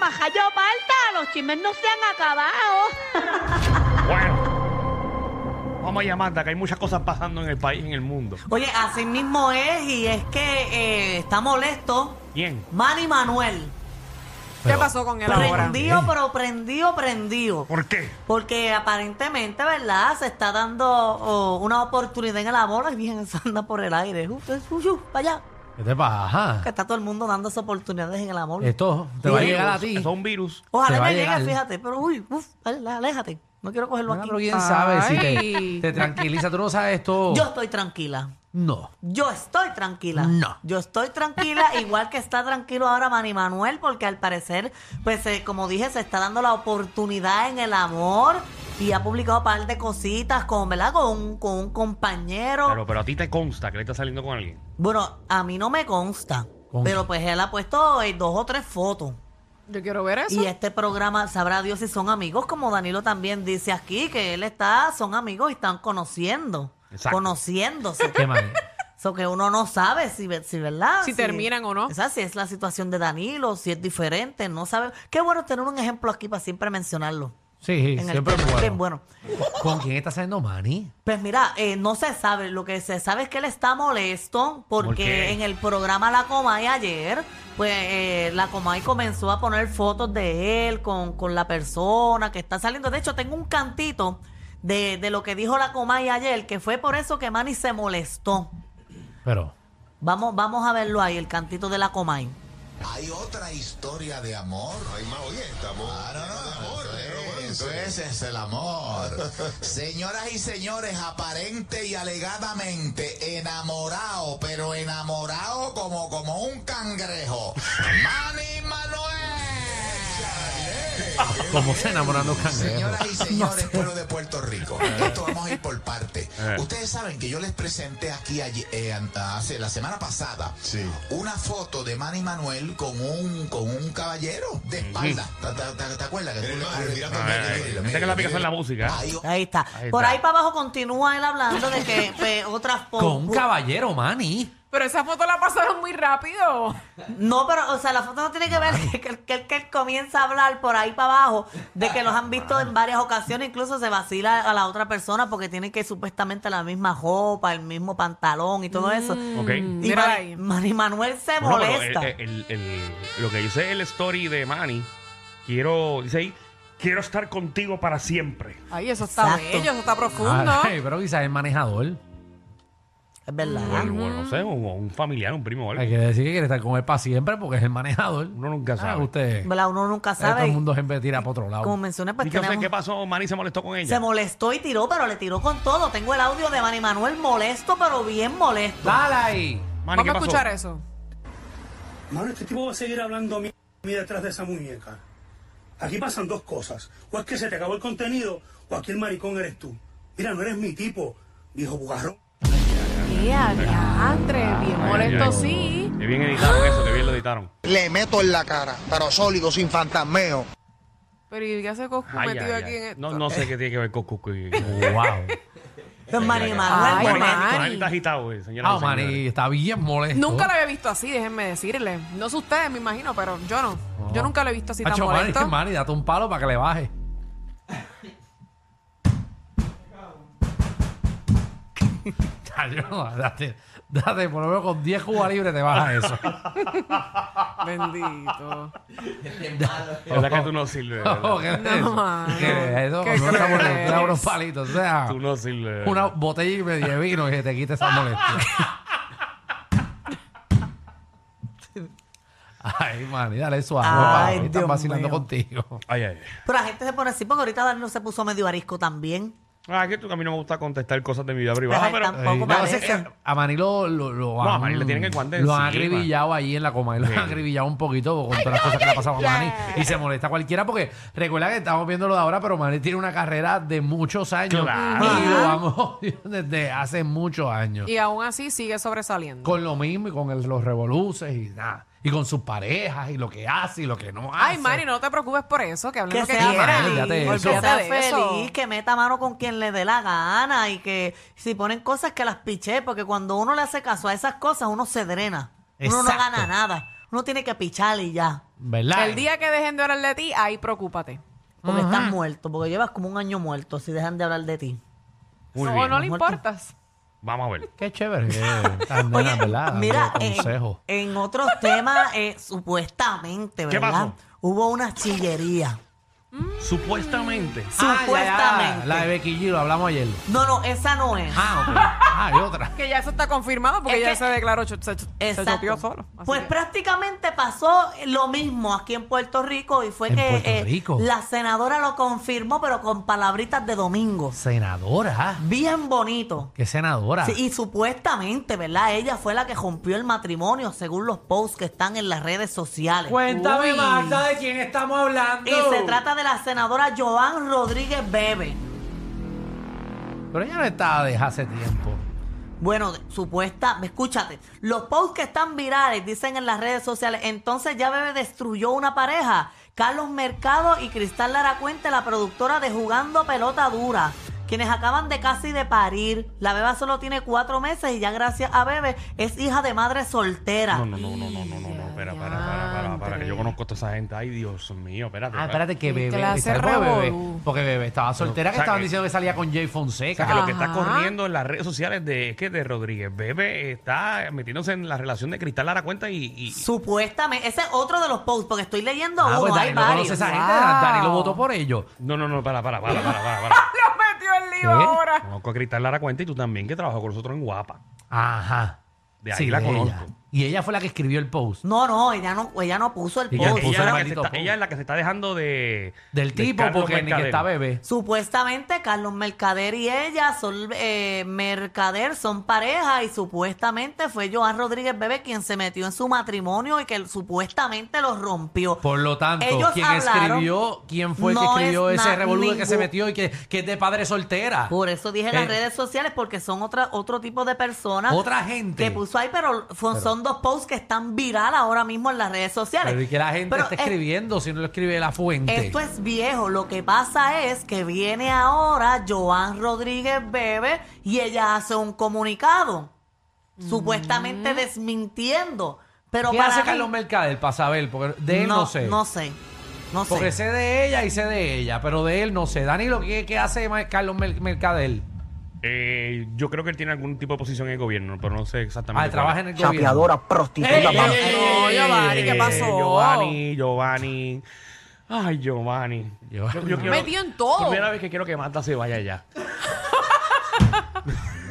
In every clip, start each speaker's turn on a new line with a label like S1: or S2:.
S1: baja yo falta, los chismes no se han acabado.
S2: Bueno. Vamos a llamarla, que hay muchas cosas pasando en el país, en el mundo.
S3: Oye, así mismo es y es que eh, está molesto
S2: ¿Quién?
S3: Manny Manuel.
S4: ¿Qué pasó con él ahora?
S3: Prendido, pero prendido, prendido.
S2: ¿Por qué?
S3: Porque aparentemente, ¿verdad? Se está dando oh, una oportunidad en el amor y bien eso anda por el aire. Uf, uf, uf, uf, para allá.
S5: ¿Qué te pasa?
S3: Que está todo el mundo dando esas oportunidades en el amor.
S5: Esto te va a
S3: Sí.
S5: llegar a ti.
S2: Eso es un virus.
S5: te
S3: Ojalá
S5: va a
S3: me llegue,
S5: llegar.
S3: fíjate, pero uy, uf, ale- aléjate. No quiero cogerlo
S5: Bueno,
S3: aquí.
S5: pero quién sabe si
S4: Ay.
S5: te, te tranquiliza. Tú no sabes esto.
S3: Yo estoy tranquila.
S5: No.
S3: Yo estoy tranquila.
S5: No.
S3: Yo estoy tranquila, igual que está tranquilo ahora Manny Manuel, porque al parecer, pues eh, como dije, se está dando la oportunidad en el amor y ha publicado un par de cositas con, ¿verdad? Con, un- con un compañero.
S2: Pero, pero a ti te consta que le estás saliendo con alguien.
S3: Bueno, a mí no me consta,
S5: Consta.
S3: pero pues él ha puesto eh, dos o tres fotos.
S4: Yo quiero ver eso.
S3: Y este programa, sabrá Dios si son amigos, como Danilo también dice aquí, que él está, son amigos y están conociendo,
S2: Exacto.
S3: conociéndose.
S5: ¿Qué más?
S3: Eso que uno no sabe si, ve- si ¿verdad?
S4: Si terminan o no.
S3: Esa, si es la situación de Danilo, si es diferente, no sabe. Qué bueno tener un ejemplo aquí para siempre mencionarlo.
S5: Sí,
S3: en el tema.
S5: siempre es bueno.
S3: Bien bueno.
S5: ¿Con quién está saliendo Manny?
S3: Pues mira, eh, no se sabe. Lo que se sabe es que él está molesto porque
S2: qué?
S3: en el programa La Comay ayer, pues eh, La Comay comenzó a poner fotos de él con, con la persona que está saliendo. De hecho, tengo un cantito de, de lo que dijo La Comay ayer, que fue por eso que Manny se molestó.
S5: Pero.
S3: Vamos, vamos a verlo ahí, el cantito de La Comay.
S6: Hay otra historia de amor. Ah, Hay más, oye, estamos. Claro, amor, Entonces es el amor. Señoras y señores, aparente y alegadamente enamorado, pero enamorado como, como un cangrejo. Manny Manuel.
S5: ¿Cómo se enamoran los cangrejos?
S6: Señoras y señores, pero de Puerto Rico. Esto vamos a ir por parte.
S2: Eh.
S6: Ustedes saben que yo les presenté aquí ayer- eh, an- hace la semana pasada una foto de Manny Manuel con un con un caballero de espalda. ¿Te- te- te- ¿Te acuerdas? que tú le-
S2: A ver, a ver, Dice Ah, eh, que la picazón es la Ah. música. ¿eh?
S6: Ahí- oh.
S3: Ahí está.
S2: Ahí
S3: Por
S2: está.
S3: ahí para abajo continúa él hablando de que pues, otras po-
S5: Con un caballero, Manny.
S4: Pero esa foto la pasaron muy rápido.
S3: No, pero, o sea, la foto no tiene que ver que, que- que- que él comienza a hablar por ahí para abajo de que los han visto en varias ocasiones. Incluso se vacila a la otra persona porque tiene que supuestamente la misma ropa, el mismo pantalón y todo eso.
S2: Ok.
S3: Y
S4: Mira
S3: Mari-
S4: ahí.
S3: Mari Manuel se
S2: Mm. Bueno, pero eh,
S3: molesta.
S2: el- el- el- lo que dice el story de Manny, quiero, dice ahí, quiero estar contigo para siempre.
S4: Ay, eso está
S3: Exacto.
S4: bello, eso está profundo.
S5: Ay, pero quizás es manejador.
S3: es verdad.
S2: Bueno, bueno, no sé, un, un familiar, un primo o algo.
S5: Hay que decir que quiere estar con él para siempre porque es el manejador.
S2: Uno nunca
S5: Ah,
S2: sabe.
S5: usted.
S3: ¿Verdad? Uno nunca
S5: Ahí Todo
S3: sabe.
S5: el mundo siempre tira para otro lado.
S3: Como mencioné, pues
S2: Y que no sé
S3: tenemos-
S2: qué pasó, Manny se molestó con
S3: Se
S2: ella.
S3: molestó y tiró, pero le tiró con todo. Tengo el audio de Manny Manuel molesto, pero bien molesto.
S5: Dale ahí.
S2: Manny,
S4: Vamos
S2: ¿qué
S4: a
S2: pasó?
S4: escuchar eso.
S7: Mano, este tipo va a seguir hablando mi- mira detrás de esa muñeca. Aquí pasan dos cosas. O es que se te acabó el contenido, o aquí el maricón eres tú. Mira, no eres mi tipo, viejo bugarrón.
S4: Qué adiantre, bien molesto, sí.
S2: Qué bien editaron eso, qué bien lo editaron.
S8: le meto en la cara, pero sólido, sin fantasmeo.
S4: Pero ¿y qué hace Coscu
S2: Ay,
S4: metido
S2: ay,
S4: aquí en
S2: ay.
S4: esto?
S2: Ah, No, no sé qué tiene que ver con Cusco y...
S5: Wow.
S3: Pues Manny
S4: Ay,
S3: Manuel molesto.
S4: Manny.
S2: Manny está agitado, eh, señoras y
S5: Ah, Manny,
S2: señores.
S5: está bien molesto.
S4: Nunca lo había visto así, déjenme decirle. No sé ustedes, me imagino, pero yo no. Yo nunca lo he visto así tan
S5: Hacho, Manny,
S4: molesto.
S5: Manny, date un palo para que le baje. Chacho, date, date, por lo menos con 10 cubas libres te baja eso.
S4: Bendito.
S2: Es verdad que tú no sirves.
S5: No,
S2: ¿verdad?
S5: ¿Qué
S4: No,
S5: es eso?
S4: mano.
S5: ¿Qué es eso?
S4: ¿Qué
S5: Cuando una
S4: crees?
S5: mujer tira unos palitos, o sea,
S2: Tú no sirves.
S5: una botella y media de vino y que te quita esa molestia. Ay, Manny, dale suave.
S3: Ay,
S5: papi, Están
S3: Dios
S5: vacilando
S3: mío.
S5: contigo.
S2: Ay, ay.
S3: Pero la gente se pone así porque ahorita Danilo se puso medio arisco también.
S2: Ah, es que tú- a mí no me gusta contestar cosas de mi vida
S3: Pues
S2: privada,
S3: ahí
S2: pero...
S3: tampoco
S5: Ay, no,
S3: parece.
S5: sí, eh, a Manny lo, lo, lo
S2: a
S5: han-
S2: Manny le tienen el guante
S5: Lo
S2: encima.
S5: han agribillado ahí en la coma. y Lo han agribillado un poquito con todas las cosas que le ha pasado a Manny. Y se molesta cualquiera porque recuerda que estamos viendo lo de ahora, pero Manny tiene una carrera de muchos años.
S2: Claro.
S5: Y lo vamos desde hace muchos años.
S4: Y aún así sigue sobresaliendo.
S5: Con lo mismo y con el- los revoluces y nada. Y con sus parejas y lo que hace y lo que no hace.
S4: Ay, Mari, no te preocupes por eso, que hablen
S3: Que
S4: lo que
S3: sea
S4: quieran.
S5: Manny,
S3: feliz, que
S5: olvídate de eso.
S3: sea
S4: Olvídate de eso.
S3: feliz, que meta mano con quien le dé la gana y que si ponen cosas que las piche, porque cuando uno le hace caso a esas cosas, uno se drena. Uno no
S5: Exacto.
S3: gana nada. Uno tiene que pichar y ya.
S5: ¿Verdad?
S4: El día que dejen de hablar de ti, ahí preocúpate.
S3: Porque estás muerto, porque llevas como un año muerto si dejan de hablar de
S2: eh,
S3: ti.
S2: Muy
S4: no,
S2: bien.
S4: no le
S3: Muerto.
S4: importas.
S2: Vamos a ver.
S5: Qué chévere. que Tan nena, ¿verdad?
S3: Mira,
S5: Dando
S4: eh,
S3: en,
S5: consejos.
S3: en otros temas, eh, supuestamente, ¿verdad?
S2: ¿Qué pasó?
S3: Hubo una chillería.
S2: Supuestamente.
S5: Ah, ya, ya,
S3: supuestamente.
S5: La de Becky G, lo hablamos ayer.
S3: No, no, esa no es.
S5: Ah, ok. Ah, y otra.
S4: Que ya eso está confirmado porque
S3: Es
S4: ya
S3: que-
S4: se declaró, cho- se, cho- se
S3: Exacto.
S4: choteó solo. Así
S3: Pues
S4: que-
S3: prácticamente pasó lo mismo aquí en Puerto Rico y fue
S5: ¿En
S3: que eh,
S5: Puerto Rico?
S3: la senadora lo confirmó, pero con palabritas de domingo.
S5: Senadora.
S3: Bien bonito.
S5: ¿Qué senadora?
S3: Sí, y supuestamente, ¿verdad? Ella fue la que rompió el matrimonio, según los posts que están en las redes sociales.
S4: Pues,
S5: Cuéntame,
S4: Uy.
S5: Magda, de quién estamos hablando.
S3: Y se trata de la senadora Joan Rodríguez Bebe.
S5: Pero ella no estaba desde hace tiempo.
S3: Bueno, de- supuesta, escúchate, los posts que están virales dicen en las redes sociales, entonces ya Bebe destruyó una pareja, Carlos Mercado y Cristal Lara Cuente, la productora de Jugando Pelota Dura, quienes acaban de casi de parir. La beba solo tiene cuatro meses y ya gracias a Bebe es hija de madre soltera.
S4: Ah.
S2: No, no, no, no, no, no, no, no. Espera, espera, espera, espera, espera, que yo conozco a toda esa gente. Ay, Dios mío, espérate.
S5: Ah, espérate, que
S4: Qué
S5: bebé.
S4: clase
S5: está- Porque bebé,
S4: revolú.
S5: porque bebé estaba soltera,
S2: o
S5: que Ah,
S2: sea
S5: estaban
S2: que-
S5: diciendo que salía con Jay
S2: O sea, que
S5: Fonseca.
S2: lo que está
S4: Ajá.
S2: corriendo en las redes sociales de, es que de Rodríguez Bebe está metiéndose en la relación de Cristal Lara Cuenta y, y-
S3: Supuestamente, ese es otro de los posts, porque estoy leyendo
S5: Ah, pues
S3: uno,
S5: Dani
S3: hay
S5: no conoce a
S3: varios.
S5: esa gente.
S4: Wow.
S5: Dani lo votó por ellos.
S2: No, no, no, para, para, para, para, para. para.
S4: Lo metió el lío
S5: ¿Qué?
S4: ahora.
S2: Conozco a Cristal Lara Cuenta y tú también, que trabajó con nosotros en Guapa.
S5: Ajá.
S2: De ahí la conozco.
S5: ella. Y ella fue la que escribió el post.
S3: No, no, ella no, ella no puso el
S5: Y
S3: post.
S5: ya
S2: Oh, Ella, ella
S5: puso
S2: es
S5: el
S2: la que se
S5: maldito
S2: está,
S5: post.
S2: ella es la que se está dejando de.
S5: Del
S2: de
S5: tipo,
S2: Carlos
S5: porque ni que
S2: Mercader.
S5: está bebé.
S3: Supuestamente Carlos Mercader y ella son eh, Mercader son pareja y supuestamente fue Joan Rodríguez Bebe quien se metió en su matrimonio y que él supuestamente lo rompió.
S5: Por lo tanto,
S3: Ellos
S5: quien
S3: hablaron.
S5: escribió, quién fue el que
S3: No
S5: escribió
S3: es
S5: ese
S3: na-
S5: revoludo que se
S3: ningún-
S5: metió y que, que es de padre soltera.
S3: Por eso dije las
S5: Eh.
S3: redes sociales porque son otra otro tipo de personas.
S5: Otra gente.
S3: Que puso ahí, pero, fue- son dos posts que están viral ahora mismo en las redes sociales.
S5: Pero y que la gente
S3: Pero
S5: está
S3: es-
S5: escribiendo si no lo escribe la fuente.
S3: Esto es viejo. Lo que pasa es que viene ahora Joan Rodríguez Bebe y ella hace un comunicado, supuestamente desmintiendo. Pero
S5: Mm. ¿Qué
S3: para
S5: hace
S3: mí-
S5: Carlos Mercader para saber? Porque de él no, sé.
S3: No sé. No sé.
S5: Porque sé de ella y sé de ella, pero de él no sé. Danilo, ¿qué, qué hace Ma- Carlos Mer- Mercader?
S2: Eh, yo creo que él tiene algún tipo de posición en el gobierno, pero no sé exactamente.
S5: Ah, trabaja en el gobierno.
S8: Chapeadora, prostituta,
S5: Ey,
S8: mano.
S5: ey, ey,
S4: No, Giovanni, ¿qué pasó?
S2: Giovanni, Giovanni. Ay, Giovanni.
S5: Giovanni.
S4: Metió en todo.
S2: Primera vez que quiero que Mata se vaya ya.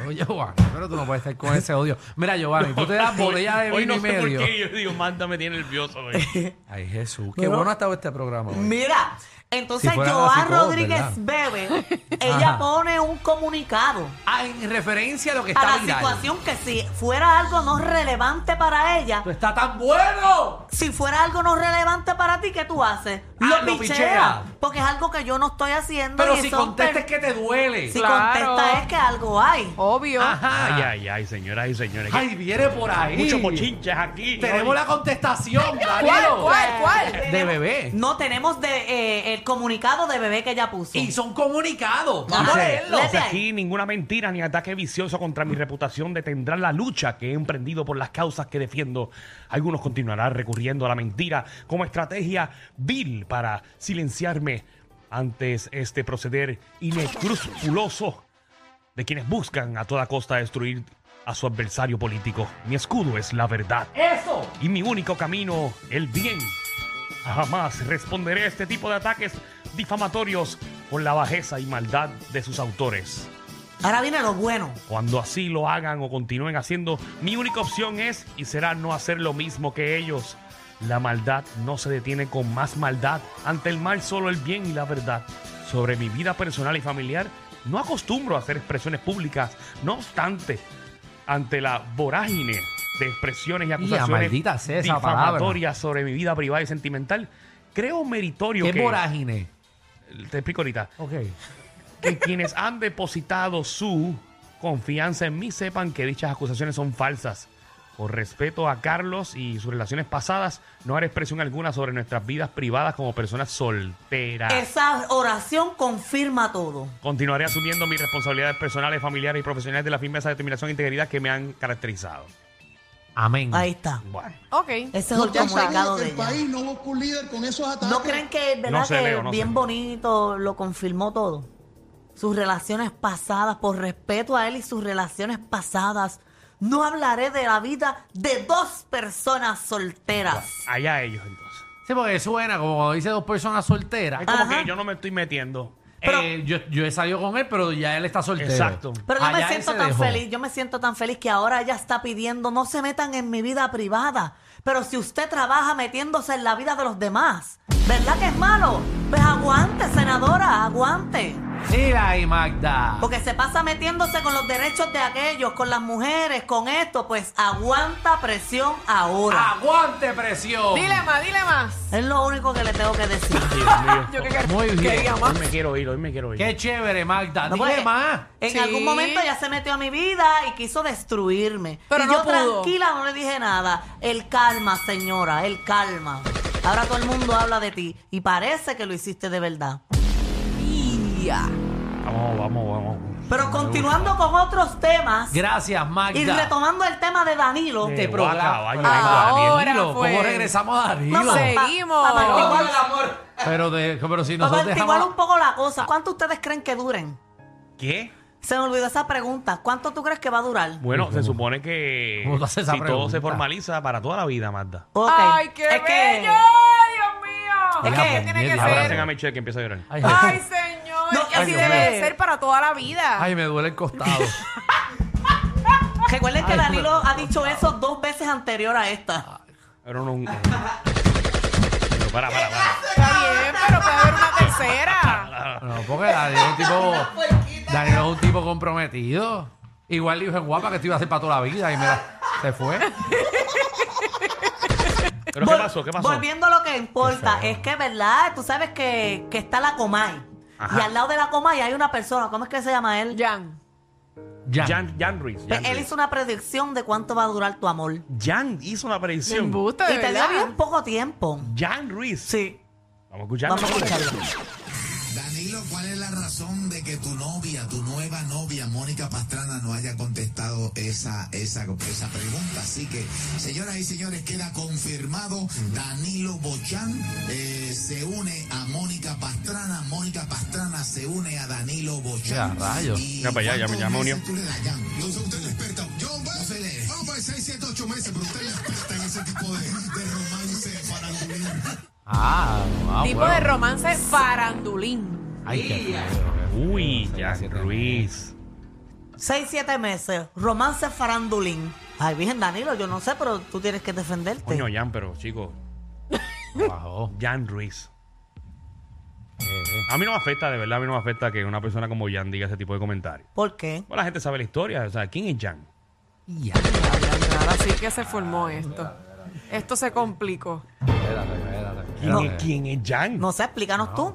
S5: No, Giovanni, pero tú no puedes estar con ese odio. Mira, Giovanni, tú te das botella de
S2: Hoy
S5: vino
S2: no
S5: y
S2: sé por
S5: medio.
S2: qué. Yo digo, Manta me tiene nervioso. güey.
S5: Ay, Jesús, qué bueno ha estado este programa. hoy.
S3: Mira, entonces
S5: Si fuera así
S3: Joan
S5: todo,
S3: Rodríguez
S5: ¿verdad?
S3: Bebe, ella
S5: Ajá.
S3: pone un comunicado
S5: Ah, en referencia a lo que
S3: a
S5: está
S3: la
S5: viral.
S3: situación que si fuera algo no relevante para ella,
S5: ¡Tú está tan bueno!
S3: si fuera algo no relevante para ti, ¿qué tú haces? Lo
S5: Ah, lo
S3: pichea,
S5: pichea.
S3: Porque es algo que yo no estoy haciendo.
S5: Pero
S3: y
S5: si
S3: son
S5: contestas
S3: per-
S5: es que te duele.
S3: Si
S4: Claro.
S3: contesta es que algo hay.
S4: Obvio.
S2: Ay,
S5: Ajá.
S2: ay, ay, señoras y señores.
S5: Ay, viene por ahí.
S2: Muchos pochinches aquí.
S5: Tenemos la contestación,
S4: ¿Cuál,
S5: Danilo.
S4: cuál, cuál?
S3: pues.
S5: De bebé.
S3: No tenemos de, eh, el comunicado de bebé que ella puso.
S5: Y son comunicados. Vamos a
S3: Ajá.
S5: leerlo.
S3: Let's
S2: Dice aquí ninguna mentira ni ataque vicioso contra mi reputación detendrá la lucha que he emprendido por las causas que defiendo. Algunos continuarán recurriendo a la mentira como estrategia vil para silenciarme antes este proceder inescrupuloso de quienes buscan a toda costa destruir a su adversario político. Mi escudo es la verdad
S5: ¡Eso!
S2: y mi único camino, el bien. Jamás responderé a este tipo de ataques difamatorios por la bajeza y maldad de sus autores.
S3: Ahora viene lo bueno.
S2: Cuando así lo hagan o continúen haciendo, mi única opción es y será no hacer lo mismo que ellos. La maldad no se detiene con más maldad. Ante el mal solo el bien y la verdad. Sobre mi vida personal y familiar, no acostumbro a hacer expresiones públicas. No obstante, ante la vorágine de expresiones y acusaciones
S5: maldita sea esa palabra.
S2: difamatorias sobre mi vida privada y sentimental, creo meritorio
S5: ¡Qué
S2: que...
S5: vorágine!
S2: Te explico ahorita
S5: Ok.
S2: que quienes han depositado su confianza en mí sepan que dichas acusaciones son falsas. Por respeto a Carlos y sus relaciones pasadas, no haré expresión alguna sobre nuestras vidas privadas como personas solteras.
S3: Esa oración confirma todo.
S2: Continuaré asumiendo mis responsabilidades personales, familiares y profesionales de la firmeza, determinación e integridad que me han caracterizado.
S5: Amén.
S3: Ahí está.
S2: Bueno.
S4: Ok.
S3: Ese es el
S8: Ya sabía
S3: comunicado
S8: que
S3: de
S8: el
S3: ella.
S8: país no busca un líder con esos ataques.
S3: ¿No creen que, verdad,
S2: No sé,
S3: que
S2: Leo, no
S3: bien
S2: sé.
S3: bonito lo confirmó todo? Sus relaciones pasadas, por respeto a él y sus relaciones pasadas, no hablaré de la vida de dos personas solteras.
S2: Allá ellos entonces.
S5: Sí, porque suena como cuando dice dos personas solteras.
S2: Es como
S3: Ajá.
S2: que yo no me estoy metiendo.
S3: Ah, Pero-
S5: Eh, yo, yo he salido con él, pero ya él está soltero.
S2: Exacto.
S3: Pero yo
S5: Allá
S3: me
S5: él
S3: siento
S5: se
S3: tan
S5: dejó.
S3: feliz, yo me siento tan feliz que ahora ella está pidiendo no se metan en mi vida privada. Pero si usted trabaja metiéndose en la vida de los demás, ¿verdad que es malo? Pues aguante, senadora, aguante.
S5: Mira ahí, Magda.
S3: Porque se pasa metiéndose con los derechos de aquellos, con las mujeres, con esto, pues aguanta presión ahora.
S4: Ah.
S5: ¡Aguante presión!
S4: Dile más, dile más.
S3: Es lo único que le tengo que decir.
S2: Dios mío.
S4: Yo que quer-
S5: Muy bien.
S4: quería más.
S2: Hoy me quiero ir, hoy me quiero ir.
S5: ¡Qué chévere, Magda!
S3: No,
S5: ¡Dile
S3: porque
S5: más!
S3: En
S4: Sí.
S3: algún momento ya se metió a mi vida y quiso destruirme.
S4: Pero
S3: y
S4: no
S3: yo
S4: pudo.
S3: tranquila no le dije nada. El calma, señora, el calma. Ahora todo el mundo habla de ti y parece que lo hiciste de verdad.
S4: Ya.
S2: Vamos, vamos, vamos.
S3: Pero continuando con otros temas
S5: Gracias, Magda.
S3: y retomando el tema de Danilo,
S2: Sí.
S5: Este
S2: Guaca,
S5: programa.
S2: vaya,
S5: Danilo,
S4: Ahora fue.
S5: ¿Cómo regresamos a Danilo?
S3: Vamos,
S4: Sí.
S3: pa-
S4: Seguimos.
S3: pa- pa-
S5: Vamos,
S3: pa-
S5: Pero, de- pero si
S3: Para
S5: nosotros
S3: amortiguar
S5: dejamos...
S3: un poco la cosa, ¿cuánto ustedes creen que duren?
S2: ¿Qué?
S3: Se me olvidó esa pregunta. ¿Cuánto tú crees que va a durar?
S2: Bueno, se supone que
S5: ¿Cómo tú haces esa
S2: si todo se
S5: pregunta?
S2: formaliza para toda la vida, Magda.
S3: Ok.
S4: ¡Ay, qué
S3: Es
S4: bello!
S3: que-
S4: ¡Dios mío!
S3: Es
S4: ¿Qué
S3: que-
S4: tiene que
S2: Abracen
S4: ser?
S2: a Michelle que empieza a llorar.
S5: Ay,
S4: ¡Ay, señor!
S3: No,
S4: es que
S5: ay,
S4: así
S5: Dios
S4: debe
S3: mío.
S4: de ser para toda la vida.
S5: ay, me duele el costado.
S3: Recuerden que
S5: Ay,
S3: Danilo
S5: pero-
S3: ha dicho eso dos veces anterior a esta.
S2: Pero no. Pero para, para, para.
S4: Está bien, pero puede haber una tercera.
S5: no, porque Danilo es un tipo... Danilo es un tipo comprometido. Igual dijo en guapa que esto iba a ser para toda la vida. Y mira, se fue.
S2: ¿Pero qué
S3: Vol-
S2: pasó? ¿Qué pasó?
S3: Volviendo a lo que importa, es que, ¿verdad? Tú sabes que, que está la Comay.
S2: Ajá.
S3: Y al lado de la Comay hay una persona, ¿cómo es que se llama él?
S4: Jan.
S5: Ya.
S2: Jan, Jan Ruiz.
S3: Pues
S2: Jan,
S3: él
S2: Ruiz.
S3: hizo una predicción de cuánto va a durar tu amor.
S2: Jan hizo una
S4: Me
S2: predicción.
S4: embuste,
S3: Y
S4: de
S3: te dio
S4: verdad.
S3: bien poco tiempo.
S2: Jan Ruiz.
S3: Sí.
S2: Vamos a escuchar.
S3: Vamos a escucharlo.
S6: Danilo, ¿cuál es la razón de que tu novia, tu nueva novia, Mónica Pastrana, no haya contestado esa, esa, esa pregunta? Así que, señoras y señores, queda confirmado. Danilo Bochán eh, se une a Mónica Pastrana. Mónica Pastrana se une a Danilo
S5: Ya,
S6: Bochán.
S5: rayos.
S6: Y
S2: Ya, pues, ya, ya me- ya me
S6: ¿cuántos
S2: unió.
S6: meses tú le das, Jan? No sé, usted es experta. Yo, no sé leer. Vamos, pues, 6, 7, 8 meses, pero usted es experta en ese tipo de, de romance farandulero.
S5: Ah, ah,
S4: Tipo
S5: bueno.
S4: de romance farandulín.
S5: Ay, qué feo, qué feo.
S2: Uy, Jan
S5: Siete
S2: Ruiz.
S3: Seis, siete meses. Romance farandulín. Ay, Virgen Danilo, yo no sé, pero tú tienes que defenderte.
S2: Coño, Jan, pero chico.
S5: meses. Bajó.
S2: Jan Ruiz.
S5: Eh, eh.
S2: A mí no me afecta, de verdad, a mí no me afecta que una persona como Jan diga ese tipo de comentarios.
S3: ¿Por qué?
S2: Bueno, la gente sabe la historia. O sea, ¿quién es Jan?
S5: Ya.
S4: Ahora sí que se formó esto. Esto se complicó.
S5: Espérate, espérate,
S2: ¿Quién,
S5: espérate.
S2: es, quién es Jan?
S3: No sé, explícanos tú.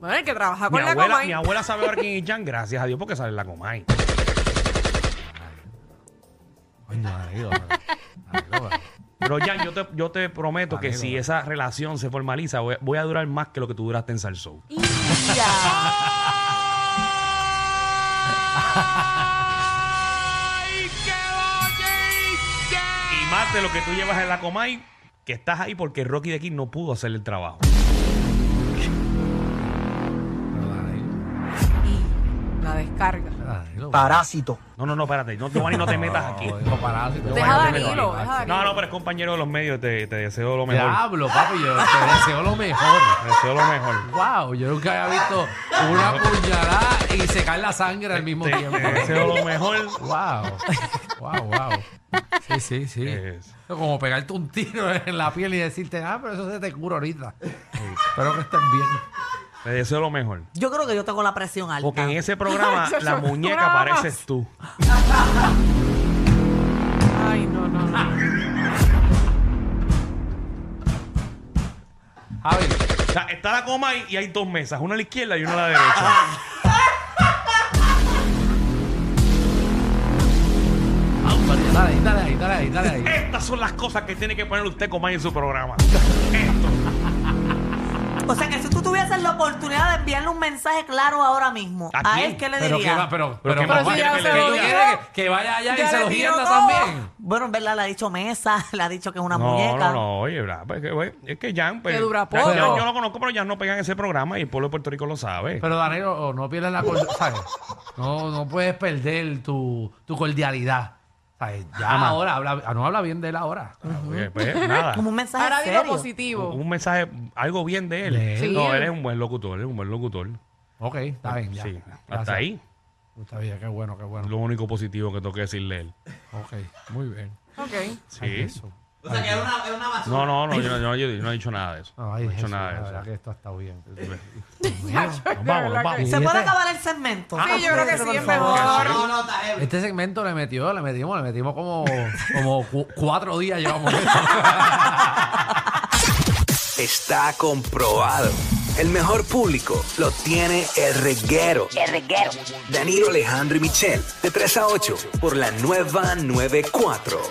S4: Bueno, el que trabaja
S2: mi,
S4: con la
S2: abuela,
S4: coma.
S2: mi abuela sabe ahora quién es Jan, gracias a Dios, porque sale en la Comay.
S5: Ay, Danilo, Danilo,
S2: Pero Jan, yo te, yo te prometo que
S5: Danilo,
S2: si
S5: Danilo.
S2: esa relación se formaliza, voy, voy a durar más que lo que tú duraste en Salsou.
S3: Ya.
S2: Y más de lo que tú llevas en la Comay, que estás ahí porque Rocky de aquí no pudo hacer el trabajo.
S5: Danilo,
S4: Y la descarga.
S5: Danilo.
S8: Parásito.
S2: No, no, no, espérate. No, Giovanni, no te metas aquí.
S5: No, dijo parásito.
S4: Deja a
S5: Giovanni,
S4: Danilo,
S5: Giovanni.
S4: deja a Danilo.
S2: No, no, pero es compañero de los medios, te, te deseo lo mejor.
S5: Diablo, papi, yo te deseo lo mejor.
S2: Te deseo lo mejor.
S5: Wow, yo nunca había visto una puñalada y secar la sangre al mismo
S2: Te,
S5: tiempo.
S2: te deseo lo mejor.
S5: Wow, wow, wow. Sí, sí, sí.
S2: Es-
S5: Como pegarte un tiro en la piel y decirte, ah, pero eso se te cura ahorita. Espero que estés bien.
S2: Te deseo lo mejor.
S3: Yo creo que yo tengo la presión alta.
S2: Porque en ese programa
S4: Eso es
S2: la
S4: una
S2: muñeca
S4: broma.
S2: pareces tú.
S4: Ay, no, no, no.
S5: Javi,
S2: O sea, está la coma y, y hay dos mesas, una a la izquierda y una a la derecha.
S5: vamos, dale, ahí, dale, ahí, dale, ahí, dale. ahí.
S2: Estas son las cosas que tiene que poner usted coma en su programa. Esto.
S3: O sea que si tú tuvieses la oportunidad de enviarle un mensaje claro ahora mismo,
S2: ¿A
S3: ¿a,
S2: quién?
S3: él qué le
S5: Pero que
S3: diría?
S5: va, pero,
S2: Pero
S5: pero,
S2: que
S5: más
S2: más
S5: vale
S2: vale
S5: que
S2: que
S5: le
S2: lo
S5: diga
S4: dio.
S5: que- que vaya allá y
S4: Ya
S5: se
S4: le
S5: lo
S4: dio
S5: hienda
S4: todo.
S5: también.
S3: Bueno, en verdad, le ha dicho mesa, le ha dicho que es una
S2: No,
S3: muñeca.
S2: no, no, oye, bra, pues, que, güey, es que Jan, pues,
S4: Que dura
S2: Jan-
S4: poco.
S2: Jan yo lo conozco, pero ya no pegan ese programa y el pueblo de Puerto Rico lo sabe.
S5: Pero Danilo, o no pierdas la cordialidad. No, no puedes perder tu, tu cordialidad. ¿Sabes? Ya ahora, habla, ah, no habla bien de él ahora.
S2: Ah, pues, pues, nada.
S3: Como un mensaje
S4: Ahora digo
S3: serio.
S4: positivo.
S2: Un mensaje, algo bien de él.
S5: De
S4: él.
S2: No,
S4: Sí.
S2: él es un buen locutor, él es un buen locutor.
S5: Ok, está bien, ya.
S2: Sí,
S5: Gracias.
S2: hasta ahí.
S5: Está bien, qué bueno, qué bueno.
S2: Lo único positivo que tengo que decirle a él.
S5: Ok, muy bien.
S4: Ok.
S5: Ay,
S2: Sí.
S5: Jesús.
S2: No, no, no, yo, no- yo- yo no he dicho nada de eso.
S5: Ay,
S2: no he
S5: Jesús,
S2: dicho
S5: la
S2: nada de
S5: verdad
S2: eso.
S5: que esto ha estado bien.
S2: Nos vamos, nos vamos.
S3: ¿Se puede
S5: Fíjate.
S3: acabar el segmento?
S4: Sí, yo creo que sí, es
S3: Por favor.
S4: mejor.
S5: Este segmento le metió, le metimos, le metimos como, como cu- cuatro días llevamos esto.
S9: Está comprobado. El mejor público lo tiene el reguero. El reguero. Danilo Alejandro y Michel, de 3 a 8, por la nueva 94.